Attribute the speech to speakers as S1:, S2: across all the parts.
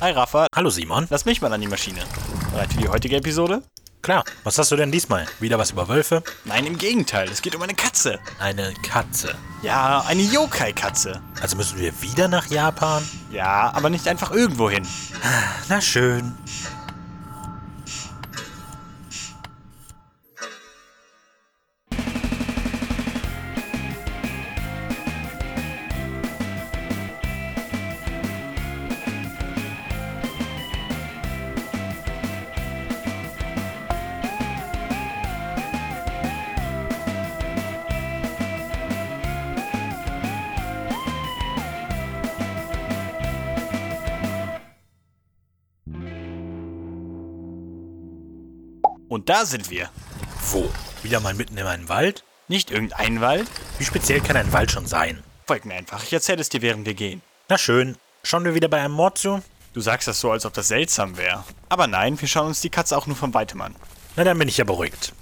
S1: Hi Rafa,
S2: Hallo Simon.
S1: lass mich mal an die Maschine. Bereit für die heutige Episode?
S2: Klar, was hast du denn diesmal? Wieder was über Wölfe?
S1: Nein, im Gegenteil, es geht um eine Katze.
S2: Eine Katze.
S1: Ja, eine Yokai-Katze.
S2: Also müssen wir wieder nach Japan?
S1: Ja, aber nicht einfach irgendwo hin.
S2: Na schön.
S1: Und da sind wir.
S2: Wo? Wieder mal mitten in einem Wald?
S1: Nicht irgendein Wald.
S2: Wie speziell kann ein Wald schon sein?
S1: Folgt mir einfach, ich erzähle es dir, während wir gehen.
S2: Na schön. Schauen wir wieder bei einem Mord zu?
S1: Du sagst das so, als ob das seltsam wäre. Aber nein, wir schauen uns die Katze auch nur von weitem an.
S2: Na, dann bin ich ja beruhigt.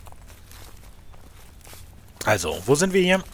S2: Also, wo sind wir hier?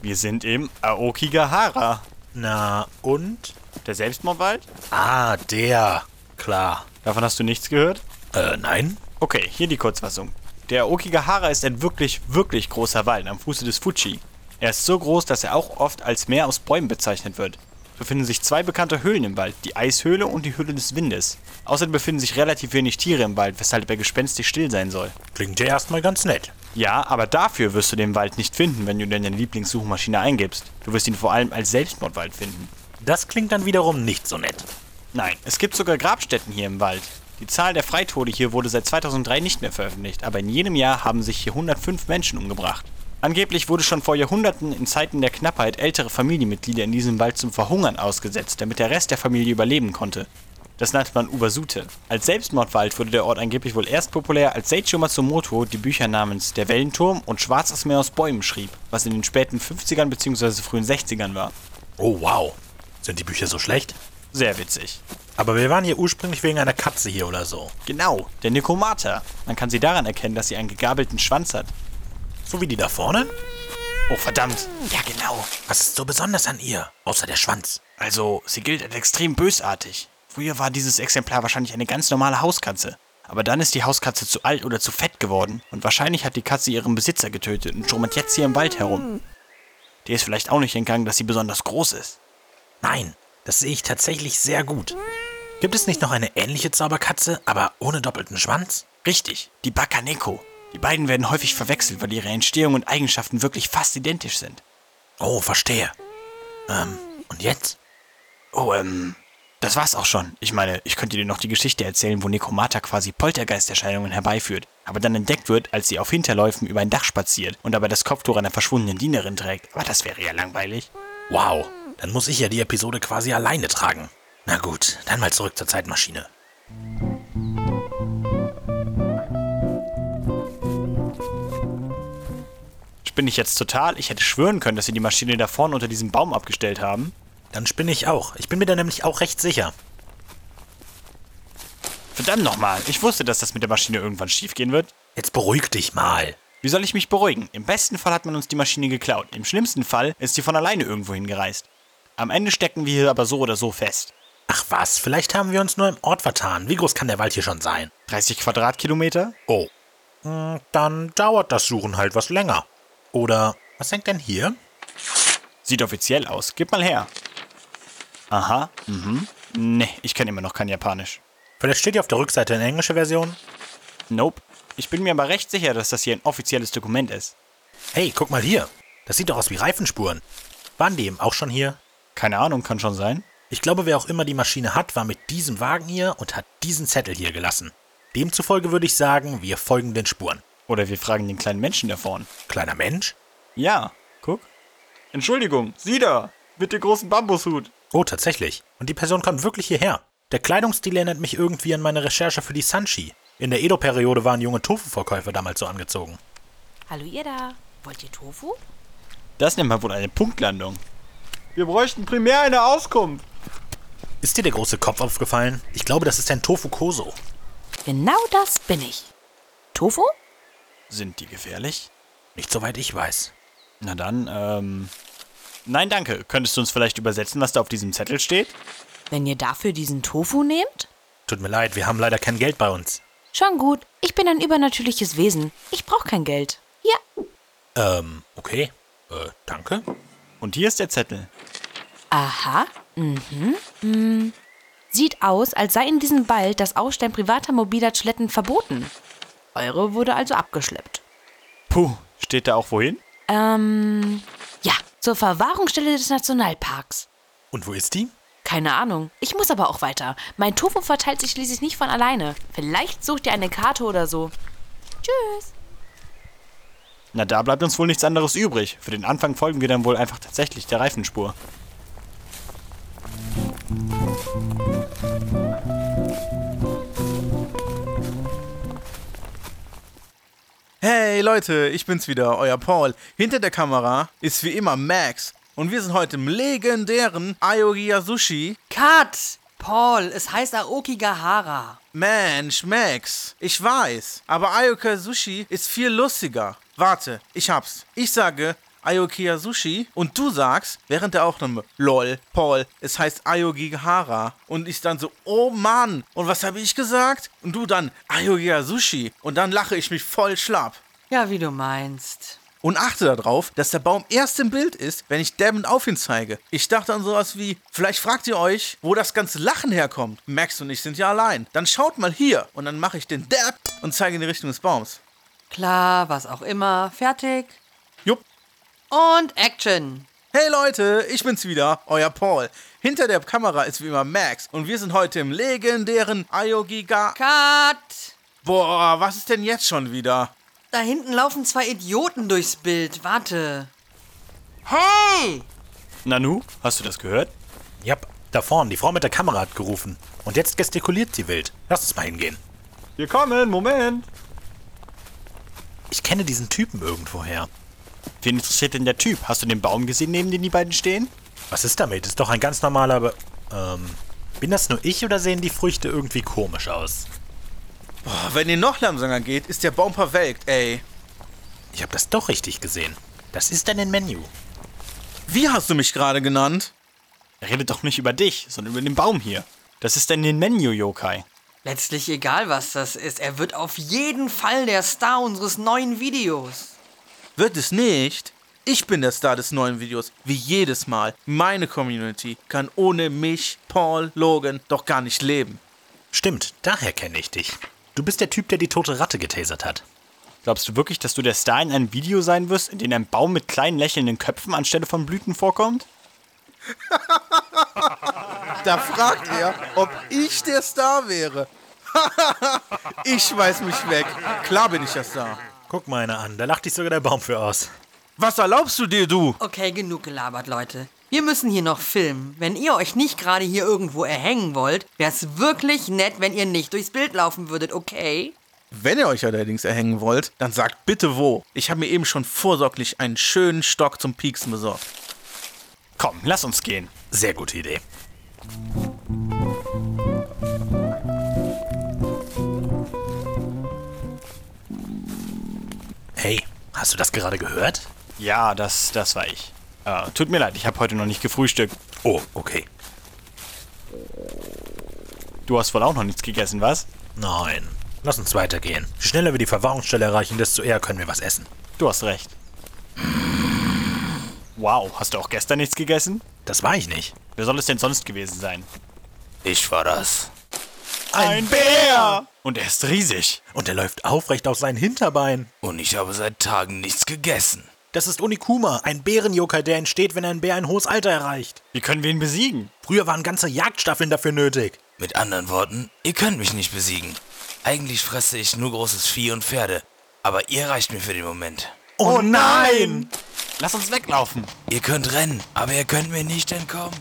S1: Wir sind im Aokigahara.
S2: Na, und?
S1: Der Selbstmordwald?
S2: Ah, der. Klar.
S1: Davon hast du nichts gehört?
S2: Äh, nein?
S1: Okay, hier die Kurzfassung. Der Okigahara ist ein wirklich, wirklich großer Wald am Fuße des Fuji. Er ist so groß, dass er auch oft als Meer aus Bäumen bezeichnet wird. Es Befinden sich zwei bekannte Höhlen im Wald, die Eishöhle und die Höhle des Windes. Außerdem befinden sich relativ wenig Tiere im Wald, weshalb er gespenstig still sein soll.
S2: Klingt ja erstmal ganz nett.
S1: Ja, aber dafür wirst du den Wald nicht finden, wenn du ihn in deine Lieblingssuchmaschine eingibst. Du wirst ihn vor allem als Selbstmordwald finden.
S2: Das klingt dann wiederum nicht so nett.
S1: Nein, es gibt sogar Grabstätten hier im Wald. Die Zahl der Freitode hier wurde seit 2003 nicht mehr veröffentlicht, aber in jedem Jahr haben sich hier 105 Menschen umgebracht. Angeblich wurde schon vor Jahrhunderten in Zeiten der Knappheit ältere Familienmitglieder in diesem Wald zum Verhungern ausgesetzt, damit der Rest der Familie überleben konnte. Das nannte man Ubasute. Als Selbstmordwald wurde der Ort angeblich wohl erst populär, als Seicho Matsumoto die Bücher namens Der Wellenturm und Schwarzes Meer aus Bäumen schrieb, was in den späten 50ern bzw. frühen 60ern war.
S2: Oh, wow. Sind die Bücher so schlecht?
S1: Sehr witzig.
S2: Aber wir waren hier ursprünglich wegen einer Katze hier oder so.
S1: Genau, der Nekomata. Man kann sie daran erkennen, dass sie einen gegabelten Schwanz hat.
S2: So wie die da vorne?
S1: Oh, verdammt. Ja, genau.
S2: Was ist so besonders an ihr? Außer der Schwanz.
S1: Also, sie gilt als extrem bösartig. Früher war dieses Exemplar wahrscheinlich eine ganz normale Hauskatze. Aber dann ist die Hauskatze zu alt oder zu fett geworden und wahrscheinlich hat die Katze ihren Besitzer getötet und stromert jetzt hier im Wald herum. Dir ist vielleicht auch nicht entgangen, dass sie besonders groß ist.
S2: Nein, das sehe ich tatsächlich sehr gut. Gibt es nicht noch eine ähnliche Zauberkatze, aber ohne doppelten Schwanz?
S1: Richtig, die Bakaneko. Die beiden werden häufig verwechselt, weil ihre Entstehung und Eigenschaften wirklich fast identisch sind.
S2: Oh, verstehe. Ähm, und jetzt?
S1: Oh, ähm, das war's auch schon. Ich meine, ich könnte dir noch die Geschichte erzählen, wo Nekomata quasi Poltergeisterscheinungen herbeiführt, aber dann entdeckt wird, als sie auf Hinterläufen über ein Dach spaziert und dabei das Kopftuch einer verschwundenen Dienerin trägt. Aber das wäre ja langweilig.
S2: Wow, dann muss ich ja die Episode quasi alleine tragen. Na gut, dann mal zurück zur Zeitmaschine.
S1: Spinne ich jetzt total? Ich hätte schwören können, dass sie die Maschine da vorne unter diesem Baum abgestellt haben.
S2: Dann spinne ich auch. Ich bin mir da nämlich auch recht sicher.
S1: Verdammt nochmal, ich wusste, dass das mit der Maschine irgendwann schiefgehen wird.
S2: Jetzt beruhig dich mal.
S1: Wie soll ich mich beruhigen? Im besten Fall hat man uns die Maschine geklaut. Im schlimmsten Fall ist sie von alleine irgendwo hingereist. Am Ende stecken wir hier aber so oder so fest.
S2: Ach was, vielleicht haben wir uns nur im Ort vertan. Wie groß kann der Wald hier schon sein?
S1: 30 Quadratkilometer?
S2: Oh. Hm, Dann dauert das Suchen halt was länger. Oder was hängt denn hier?
S1: Sieht offiziell aus. Gib mal her. Aha, mhm. Nee, ich kann immer noch kein Japanisch.
S2: Vielleicht steht hier auf der Rückseite eine englische Version.
S1: Nope. Ich bin mir aber recht sicher, dass das hier ein offizielles Dokument ist.
S2: Hey, guck mal hier. Das sieht doch aus wie Reifenspuren. Waren die eben auch schon hier?
S1: Keine Ahnung, kann schon sein.
S2: Ich glaube, wer auch immer die Maschine hat, war mit diesem Wagen hier und hat diesen Zettel hier gelassen. Demzufolge würde ich sagen, wir folgen den Spuren.
S1: Oder wir fragen den kleinen Menschen da vorn.
S2: Kleiner Mensch?
S1: Ja, guck. Entschuldigung, Sie da! Mit dem großen Bambushut!
S2: Oh, tatsächlich. Und die Person kommt wirklich hierher. Der Kleidungsstil erinnert mich irgendwie an meine Recherche für die Sanchi. In der Edo-Periode waren junge Tofu-Verkäufer damals so angezogen.
S3: Hallo ihr da. Wollt ihr Tofu?
S1: Das nennt man wohl eine Punktlandung. Wir bräuchten primär eine Auskunft.
S2: Ist dir der große Kopf aufgefallen? Ich glaube, das ist ein Tofu-Koso.
S3: Genau das bin ich. Tofu?
S1: Sind die gefährlich?
S2: Nicht soweit ich weiß.
S1: Na dann, ähm. Nein, danke. Könntest du uns vielleicht übersetzen, was da auf diesem Zettel steht?
S3: Wenn ihr dafür diesen Tofu nehmt,
S2: Tut mir leid, wir haben leider kein Geld bei uns.
S3: Schon gut. Ich bin ein übernatürliches Wesen. Ich brauche kein Geld. Ja.
S2: Ähm, okay. Äh, danke.
S1: Und hier ist der Zettel.
S3: Aha. Mhm. Mm. Sieht aus, als sei in diesem Wald das Ausstellen privater mobiler Toiletten verboten. Eure wurde also abgeschleppt.
S1: Puh, steht da auch wohin?
S3: Ähm, ja, zur Verwahrungsstelle des Nationalparks.
S2: Und wo ist die?
S3: Keine Ahnung. Ich muss aber auch weiter. Mein Tofu verteilt sich schließlich nicht von alleine. Vielleicht sucht ihr eine Karte oder so. Tschüss.
S1: Na, da bleibt uns wohl nichts anderes übrig. Für den Anfang folgen wir dann wohl einfach tatsächlich der Reifenspur.
S4: Hey Leute, ich bin's wieder, euer Paul. Hinter der Kamera ist wie immer Max und wir sind heute im legendären Aogi Yasushi.
S5: Cut! Paul, es heißt Aokigahara.
S4: Mensch, Max, ich weiß, aber Aoki Yasushi ist viel lustiger. Warte, ich hab's. Ich sage Aoki Yasushi und du sagst während der Aufnahme, lol, Paul, es heißt Aoki Gahara. Und ich dann so, oh Mann, und was habe ich gesagt? Und du dann Aoki Yasushi und dann lache ich mich voll schlapp.
S5: Ja, wie du meinst.
S4: Und achte darauf, dass der Baum erst im Bild ist, wenn ich Damon auf ihn zeige. Ich dachte an sowas wie, vielleicht fragt ihr euch, wo das ganze Lachen herkommt. Max und ich sind ja allein. Dann schaut mal hier und dann mache ich den Dab und zeige in die Richtung des Baums.
S5: Klar, was auch immer. Fertig.
S4: Jupp.
S5: Und Action.
S4: Hey Leute, ich bin's wieder, euer Paul. Hinter der Kamera ist wie immer Max und wir sind heute im legendären Ayogiga...
S5: Cut!
S4: Boah, was ist denn jetzt schon wieder?
S5: Da hinten laufen zwei Idioten durchs Bild. Warte. Hey!
S1: Nanu, hast du das gehört?
S2: Ja, da vorn, die Frau mit der Kamera hat gerufen. Und jetzt gestikuliert sie wild. Lass uns mal hingehen.
S1: Wir kommen, Moment.
S2: Ich kenne diesen Typen irgendwoher.
S1: Wen interessiert denn der Typ? Hast du den Baum gesehen, neben dem die beiden stehen?
S2: Was ist damit? Ist doch ein ganz normaler... Be ähm, bin das nur ich oder sehen die Früchte irgendwie komisch aus?
S4: Boah, wenn ihr noch langsamer geht, ist der Baum verwelkt, ey.
S2: Ich habe das doch richtig gesehen. Das ist dann ein Menü.
S4: Wie hast du mich gerade genannt?
S1: Er redet doch nicht über dich, sondern über den Baum hier. Das ist ein Ninmenyu-Yokai.
S5: Letztlich egal, was das ist. Er wird auf jeden Fall der Star unseres neuen Videos.
S4: Wird es nicht? Ich bin der Star des neuen Videos, wie jedes Mal. Meine Community kann ohne mich, Paul, Logan, doch gar nicht leben.
S2: Stimmt, daher kenne ich dich. Du bist der Typ, der die tote Ratte getasert hat.
S1: Glaubst du wirklich, dass du der Star in einem Video sein wirst, in dem ein Baum mit kleinen lächelnden Köpfen anstelle von Blüten vorkommt?
S4: Da fragt er, ob ich der Star wäre. ich schmeiß mich weg. Klar bin ich der Star.
S2: Guck mal einer an, da lacht dich sogar der Baum für aus.
S4: Was erlaubst du dir, du?
S5: Okay, genug gelabert, Leute. Wir müssen hier noch filmen. Wenn ihr euch nicht gerade hier irgendwo erhängen wollt, wär's wirklich nett, wenn ihr nicht durchs Bild laufen würdet, okay?
S4: Wenn ihr euch allerdings erhängen wollt, dann sagt bitte wo. Ich habe mir eben schon vorsorglich einen schönen Stock zum Pieksen besorgt.
S1: Komm, lass uns gehen.
S2: Sehr gute Idee. Hey, hast du das gerade gehört?
S1: Ja, das, das war ich. Äh, tut mir leid, ich habe heute noch nicht gefrühstückt.
S2: Oh, okay.
S1: Du hast wohl auch noch nichts gegessen, was?
S2: Nein. Lass uns weitergehen. Je schneller wir die Verwahrungsstelle erreichen, desto eher können wir was essen.
S1: Du hast recht. Wow, hast du auch gestern nichts gegessen?
S2: Das war ich nicht.
S1: Wer soll es denn sonst gewesen sein?
S2: Ich war das.
S1: Ein Bär! Und er ist riesig.
S2: Und er läuft aufrecht auf sein Hinterbein.
S6: Und ich habe seit Tagen nichts gegessen.
S2: Das ist Unikuma, ein Bärenjoker, der entsteht, wenn ein Bär ein hohes Alter erreicht.
S1: Wie können wir ihn besiegen?
S2: Früher waren ganze Jagdstaffeln dafür nötig.
S6: Mit anderen Worten, ihr könnt mich nicht besiegen. Eigentlich fresse ich nur großes Vieh und Pferde. Aber ihr reicht mir für den Moment.
S2: Oh nein!
S1: Lass uns weglaufen.
S6: Ihr könnt rennen, aber ihr könnt mir nicht entkommen.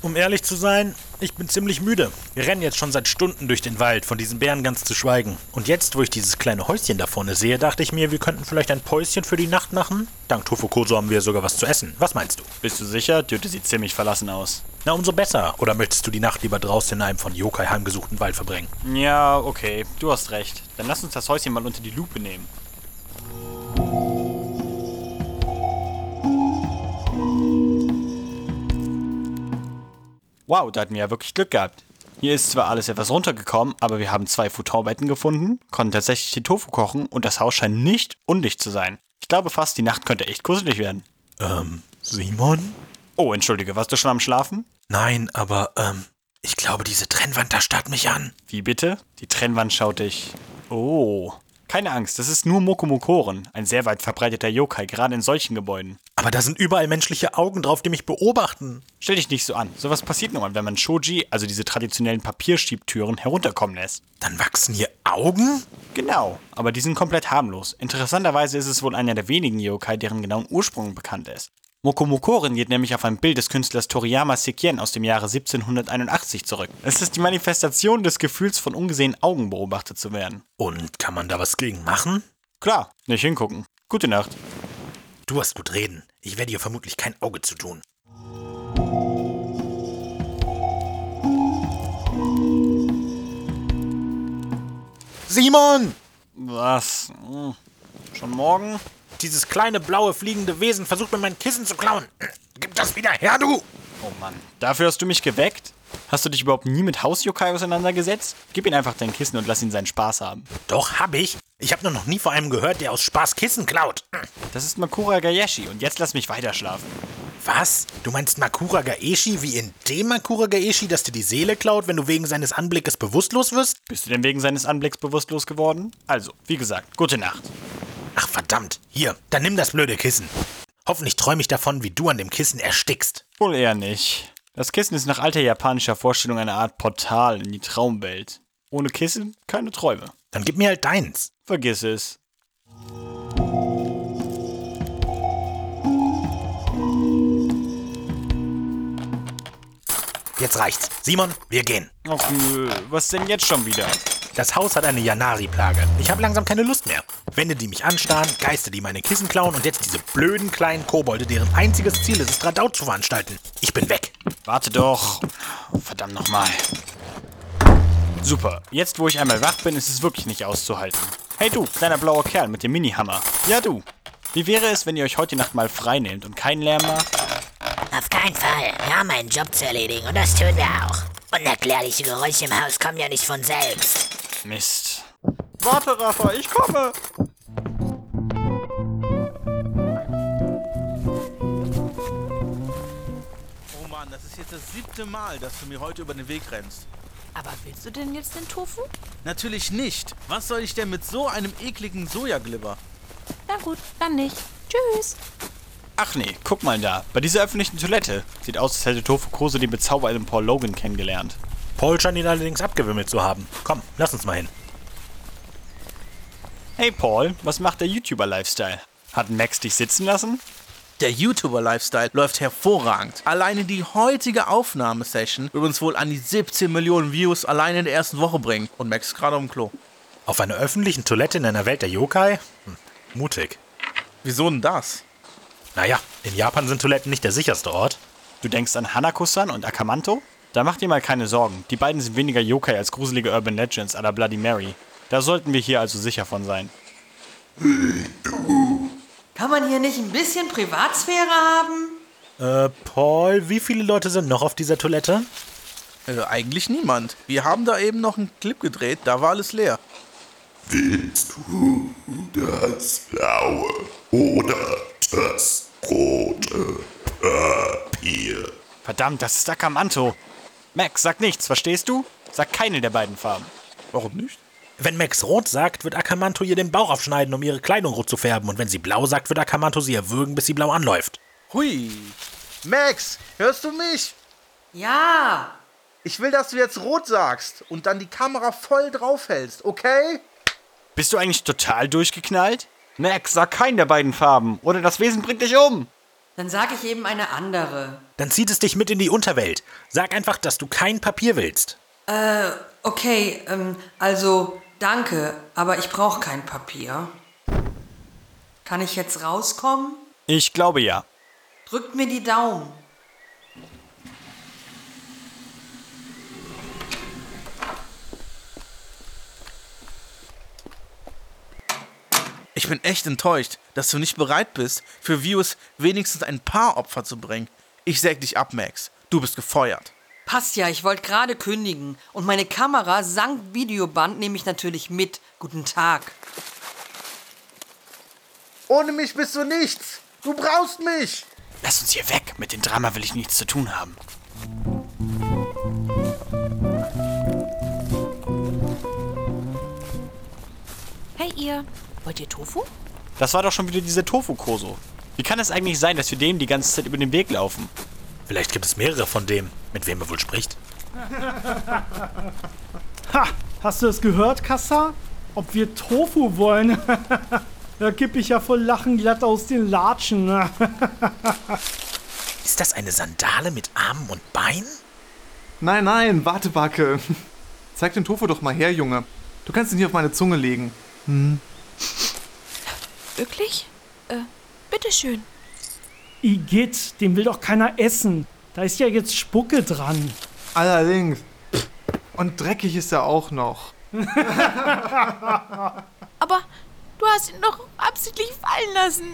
S2: Um ehrlich zu sein, ich bin ziemlich müde. Wir rennen jetzt schon seit Stunden durch den Wald, von diesen Bären ganz zu schweigen. Und jetzt, wo ich dieses kleine Häuschen da vorne sehe, dachte ich mir, wir könnten vielleicht ein Päuschen für die Nacht machen. Dank Tofukoso haben wir sogar was zu essen. Was meinst du?
S1: Bist du sicher? Dürte sieht ziemlich verlassen aus.
S2: Na, umso besser. Oder möchtest du die Nacht lieber draußen in einem von Yokai heimgesuchten Wald verbringen?
S1: Ja, okay, du hast recht. Dann lass uns das Häuschen mal unter die Lupe nehmen. Wow, da hatten wir ja wirklich Glück gehabt. Hier ist zwar alles etwas runtergekommen, aber wir haben zwei Futonbetten gefunden, konnten tatsächlich den Tofu kochen und das Haus scheint nicht undicht zu sein. Ich glaube fast, die Nacht könnte echt gruselig werden.
S2: Ähm, Simon?
S1: Oh, entschuldige, warst du schon am Schlafen?
S2: Nein, aber, ähm, ich glaube, diese Trennwand da starrt mich an.
S1: Wie bitte? Die Trennwand schaut dich. Oh. Keine Angst, das ist nur Mokomokoren, ein sehr weit verbreiteter Yokai, gerade in solchen Gebäuden.
S2: Aber da sind überall menschliche Augen drauf, die mich beobachten.
S1: Stell dich nicht so an. Sowas passiert nun mal, wenn man Shoji, also diese traditionellen Papierschiebtüren, herunterkommen lässt.
S2: Dann wachsen hier Augen?
S1: Genau, aber die sind komplett harmlos. Interessanterweise ist es wohl einer der wenigen Yokai, deren genauen Ursprung bekannt ist. Mokomokorin geht nämlich auf ein Bild des Künstlers Toriyama Sekien aus dem Jahre 1781 zurück. Es ist die Manifestation des Gefühls, von ungesehenen Augen beobachtet zu werden.
S2: Und kann man da was gegen machen?
S1: Klar, nicht hingucken. Gute Nacht.
S2: Du hast gut reden. Ich werde hier vermutlich kein Auge zu tun. Simon!
S1: Was? Hm. Schon morgen?
S2: Dieses kleine blaue fliegende Wesen versucht mir mein Kissen zu klauen. Gib das wieder her, du!
S1: Oh Mann. Dafür hast du mich geweckt? Hast du dich überhaupt nie mit Hausyokai auseinandergesetzt? Gib ihm einfach dein Kissen und lass ihn seinen Spaß haben.
S2: Doch, hab ich. Ich hab nur noch nie vor einem gehört, der aus Spaß Kissen klaut.
S1: Das ist Makura Gayashi und jetzt lass mich weiterschlafen.
S2: Was? Du meinst Makura Gaeshi wie in dem Makura Gaeshi, dass dir die Seele klaut, wenn du wegen seines Anblickes bewusstlos wirst?
S1: Bist du denn wegen seines Anblicks bewusstlos geworden? Also, wie gesagt, gute Nacht.
S2: Ach verdammt, hier, dann nimm das blöde Kissen. Hoffentlich träum ich davon, wie du an dem Kissen erstickst.
S1: Wohl eher nicht. Das Kissen ist nach alter japanischer Vorstellung eine Art Portal in die Traumwelt. Ohne Kissen keine Träume.
S2: Dann gib mir halt deins.
S1: Vergiss es.
S2: Jetzt reicht's. Simon, wir gehen.
S1: Ach nö, was denn jetzt schon wieder?
S2: Das Haus hat eine Janari-Plage. Ich habe langsam keine Lust mehr. Wände, die mich anstarren, Geister, die meine Kissen klauen und jetzt diese blöden kleinen Kobolde, deren einziges Ziel ist es, Radau zu veranstalten. Ich bin weg.
S1: Warte doch. Verdammt nochmal. Super. Jetzt, wo ich einmal wach bin, ist es wirklich nicht auszuhalten. Hey du, kleiner blauer Kerl mit dem Minihammer. Ja du. Wie wäre es, wenn ihr euch heute Nacht mal frei nehmt und keinen Lärm macht?
S7: Auf keinen Fall. Wir haben einen Job zu erledigen und das tun wir auch. Unerklärliche Geräusche im Haus kommen ja nicht von selbst.
S1: Mist.
S4: Warte, Rafa, ich komme. Oh Mann, das ist jetzt das siebte Mal, dass du mir heute über den Weg rennst.
S3: Aber willst du denn jetzt den Tofu?
S4: Natürlich nicht. Was soll ich denn mit so einem ekligen Sojaglibber?
S3: Na gut, dann nicht. Tschüss.
S1: Ach nee, guck mal da. Bei dieser öffentlichen Toilette. Sieht aus, als hätte Tofu Kose den Bezauber in Paul Logan kennengelernt.
S2: Paul scheint ihn allerdings abgewimmelt zu haben. Komm, lass uns mal hin.
S1: Hey Paul, was macht der YouTuber-Lifestyle? Hat Max dich sitzen lassen?
S4: Der YouTuber-Lifestyle läuft hervorragend. Alleine die heutige Aufnahmesession wird uns wohl an die 17 Millionen Views allein in der ersten Woche bringen. Und Max ist gerade am Klo.
S2: Auf einer öffentlichen Toilette in einer Welt der Yokai? Hm, mutig.
S4: Wieso denn das?
S2: Naja, in Japan sind Toiletten nicht der sicherste Ort.
S1: Du denkst an Hanako-san und Akamanto? Da mach dir mal keine Sorgen. Die beiden sind weniger Yokai als gruselige Urban Legends à la Bloody Mary. Da sollten wir hier also sicher von sein.
S5: Kann man hier nicht ein bisschen Privatsphäre haben?
S2: Äh, Paul, wie viele Leute sind noch auf dieser Toilette?
S4: Äh, eigentlich niemand. Wir haben da eben noch einen Clip gedreht, da war alles leer.
S8: Willst du das blaue oder das rote Papier?
S1: Verdammt, das ist Akamanto. Max, sag nichts, verstehst du? Sag keine der beiden Farben.
S4: Warum nicht?
S2: Wenn Max rot sagt, wird Akamanto ihr den Bauch aufschneiden, um ihre Kleidung rot zu färben. Und wenn sie blau sagt, wird Akamanto sie erwürgen, bis sie blau anläuft.
S4: Hui. Max, hörst du mich?
S5: Ja,
S4: Ich will, dass du jetzt rot sagst und dann die Kamera voll drauf hältst, okay?
S1: Bist du eigentlich total durchgeknallt? Max, sag keinen der beiden Farben, oder das Wesen bringt dich um.
S5: dann sag ich eben eine andere.
S2: Dann zieht es dich mit in die Unterwelt. Sag einfach, dass du kein Papier willst.
S5: Äh, okay, ähm, also danke, aber ich brauche kein Papier. Kann ich jetzt rauskommen?
S1: Ich glaube ja.
S5: Drückt mir die Daumen.
S4: Ich bin echt enttäuscht, dass du nicht bereit bist, für Views wenigstens ein paar Opfer zu bringen. Ich säg dich ab, Max. Du bist gefeuert.
S5: Passt ja, ich wollte gerade kündigen. Und meine Kamera samt Videoband nehme ich natürlich mit. Guten Tag.
S4: Ohne mich bist du nichts. Du brauchst mich.
S1: Lass uns hier weg. Mit dem Drama will ich nichts zu tun haben.
S3: Hey ihr, wollt ihr Tofu?
S1: Das war doch schon wieder dieser Tofu-Koso. Wie kann es eigentlich sein, dass wir dem die ganze Zeit über den Weg laufen?
S2: Vielleicht gibt es mehrere von dem, mit wem er wohl spricht.
S9: Ha! Hast du es gehört, Kassa? Ob wir Tofu wollen? da kipp ich ja voll Lachen glatt aus den Latschen.
S2: Ist das eine Sandale mit Armen und Beinen?
S10: Nein, nein, Wartebacke. Zeig den Tofu doch mal her, Junge. Du kannst ihn hier auf meine Zunge legen.
S3: Wirklich? Äh, bitteschön.
S9: Igitt, den will doch keiner essen. Da ist ja jetzt Spucke dran.
S10: Allerdings. Und dreckig ist er auch noch.
S3: Aber du hast ihn doch absichtlich fallen lassen.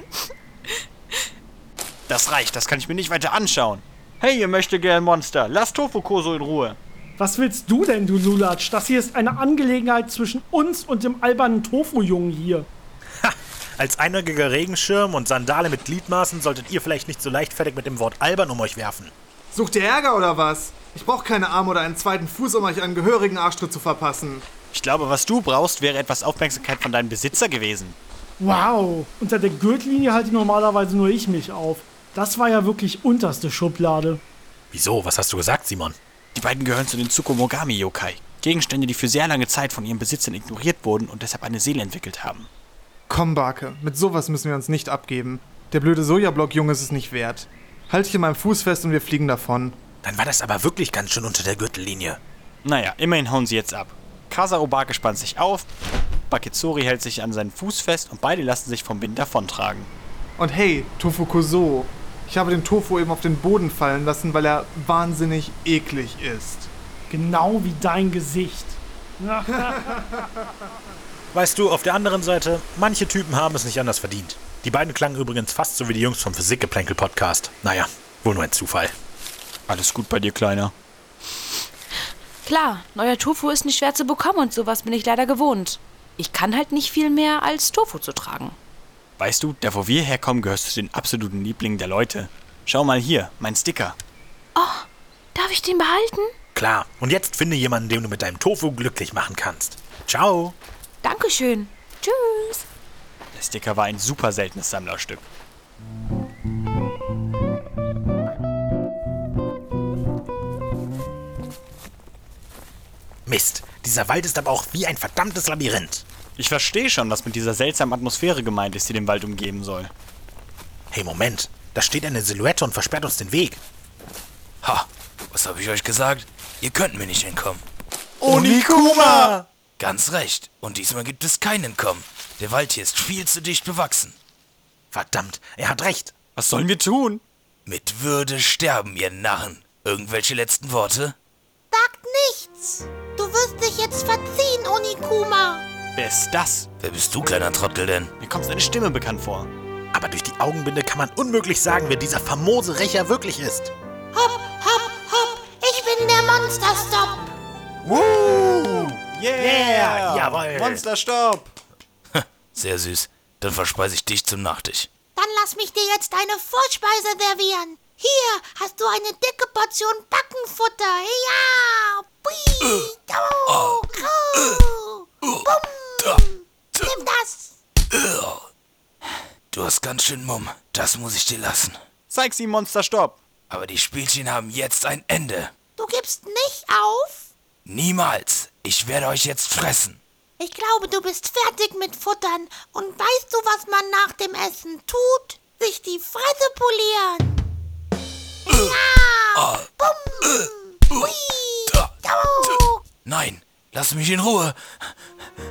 S1: Das reicht, das kann ich mir nicht weiter anschauen. Hey, ihr möchtet gern Monster. Lasst Tofu-Koso in Ruhe.
S9: Was willst du denn, du Lulatsch? Das hier ist eine Angelegenheit zwischen uns und dem albernen Tofu-Jungen hier.
S2: Als einäugiger Regenschirm und Sandale mit Gliedmaßen solltet ihr vielleicht nicht so leichtfertig mit dem Wort albern um euch werfen.
S10: Sucht ihr Ärger oder was? Ich brauche keine Arme oder einen zweiten Fuß, um euch einen gehörigen Arschtritt zu verpassen.
S1: Ich glaube, was du brauchst, wäre etwas Aufmerksamkeit von deinem Besitzer gewesen.
S9: Wow, unter der Gürtellinie halte normalerweise nur ich mich auf. Das war ja wirklich unterste Schublade.
S2: Wieso? Was hast du gesagt, Simon?
S1: Die beiden gehören zu den Tsukumogami-Yokai. Gegenstände, die für sehr lange Zeit von ihren Besitzern ignoriert wurden und deshalb eine Seele entwickelt haben.
S10: Komm, Barke, mit sowas müssen wir uns nicht abgeben. Der blöde Sojablock-Junge ist es nicht wert. Halt dich in meinem Fuß fest und wir fliegen davon.
S2: Dann war das aber wirklich ganz schön unter der Gürtellinie.
S1: Naja, immerhin hauen sie jetzt ab. Kasa Obake spannt sich auf, Bakitsuri hält sich an seinen Fuß fest und beide lassen sich vom Wind davontragen.
S10: Und hey, Tofu Koso. Ich habe den Tofu eben auf den Boden fallen lassen, weil er wahnsinnig eklig ist.
S9: Genau wie dein Gesicht.
S2: Weißt du, auf der anderen Seite, manche Typen haben es nicht anders verdient. Die beiden klangen übrigens fast so wie die Jungs vom Physikgeplänkel-Podcast. Naja, wohl nur ein Zufall.
S1: Alles gut bei dir, Kleiner.
S3: Klar, neuer Tofu ist nicht schwer zu bekommen und sowas bin ich leider gewohnt. Ich kann halt nicht viel mehr als Tofu zu tragen.
S1: Weißt du, da wo wir herkommen, gehörst du zu den absoluten Lieblingen der Leute. Schau mal hier, mein Sticker.
S3: Darf ich den behalten?
S2: Klar, und jetzt finde jemanden, dem du mit deinem Tofu glücklich machen kannst. Ciao!
S3: Dankeschön. Tschüss.
S1: Der Sticker war ein super seltenes Sammlerstück.
S2: Mist, dieser Wald ist aber auch wie ein verdammtes Labyrinth.
S1: Ich verstehe schon, was mit dieser seltsamen Atmosphäre gemeint ist, die den Wald umgeben soll.
S2: Hey, Moment, da steht eine Silhouette und versperrt uns den Weg.
S6: Ha, was habe ich euch gesagt? Ihr könnt mir nicht entkommen.
S2: Onikuma!
S6: Ganz recht. Und diesmal gibt es kein Entkommen. Der Wald hier ist viel zu dicht bewachsen.
S2: Verdammt, er hat recht.
S1: Was sollen wir tun?
S6: Mit Würde sterben, ihr Narren. Irgendwelche letzten Worte?
S11: Sag nichts. Du wirst dich jetzt verziehen, Onikuma.
S1: Wer ist das?
S6: Wer bist du, kleiner Trottel denn?
S1: Mir kommt seine Stimme bekannt vor.
S2: Aber durch die Augenbinde kann man unmöglich sagen, wer dieser famose Rächer wirklich ist.
S11: Hopp, hopp, hopp. Ich bin der Monsterstop.
S1: Yeah!
S2: jawohl.
S1: Monsterstopp!
S6: Sehr süß. Dann verspeise ich dich zum Nachtisch.
S11: Dann lass mich dir jetzt eine Vorspeise servieren. Hier hast du eine dicke Portion Backenfutter. Ja! Pui! Au! Au! Bumm! Nimm das!
S6: Du hast ganz schön Mumm. Das muss ich dir lassen.
S1: Zeig's ihm, Monsterstopp!
S6: Aber die Spielchen haben jetzt ein Ende.
S11: Du gibst nicht auf?
S6: Niemals. Ich werde euch jetzt fressen.
S11: Ich glaube, du bist fertig mit Futtern. Und weißt du, was man nach dem Essen tut? Sich die Fresse polieren. Ja! Bumm! Hui! Au!
S6: Nein, lass mich in Ruhe.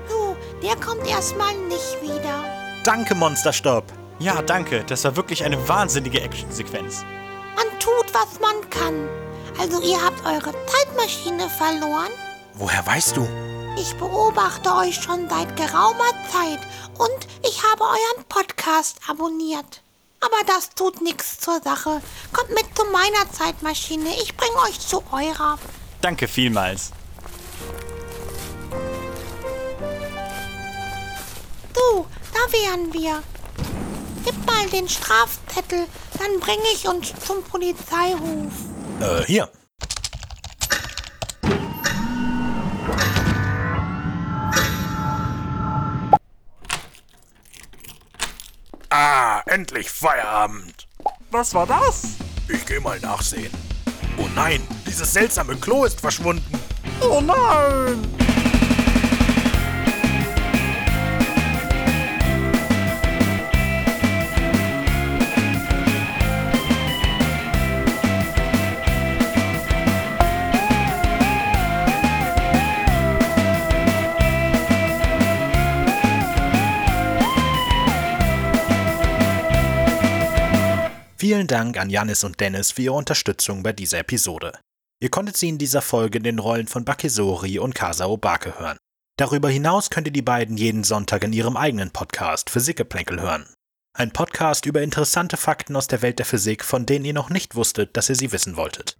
S11: Du, der kommt erstmal nicht wieder.
S2: Danke, Monsterstopp.
S1: Ja, danke. Das war wirklich eine wahnsinnige Actionsequenz.
S11: Man tut, was man kann. Also ihr habt eure Zeitmaschine verloren?
S2: Woher weißt du?
S11: Ich beobachte euch schon seit geraumer Zeit und ich habe euren Podcast abonniert. Aber das tut nichts zur Sache. Kommt mit zu meiner Zeitmaschine. Ich bringe euch zu eurer.
S1: Danke vielmals.
S11: Du, da wären wir. Gib mal den Strafzettel, dann bringe ich uns zum Polizeihof.
S2: Äh, hier. Ah, endlich Feierabend. Was war das? Ich gehe mal nachsehen. Oh nein, dieses seltsame Klo ist verschwunden.
S12: Oh nein!
S2: Vielen Dank an Janis und Dennis für ihre Unterstützung bei dieser Episode. Ihr konntet sie in dieser Folge in den Rollen von Bakesori und Kasa Obake hören. Darüber hinaus könnt ihr die beiden jeden Sonntag in ihrem eigenen Podcast Physikgeplänkel hören. Ein Podcast über interessante Fakten aus der Welt der Physik, von denen ihr noch nicht wusstet, dass ihr sie wissen wolltet.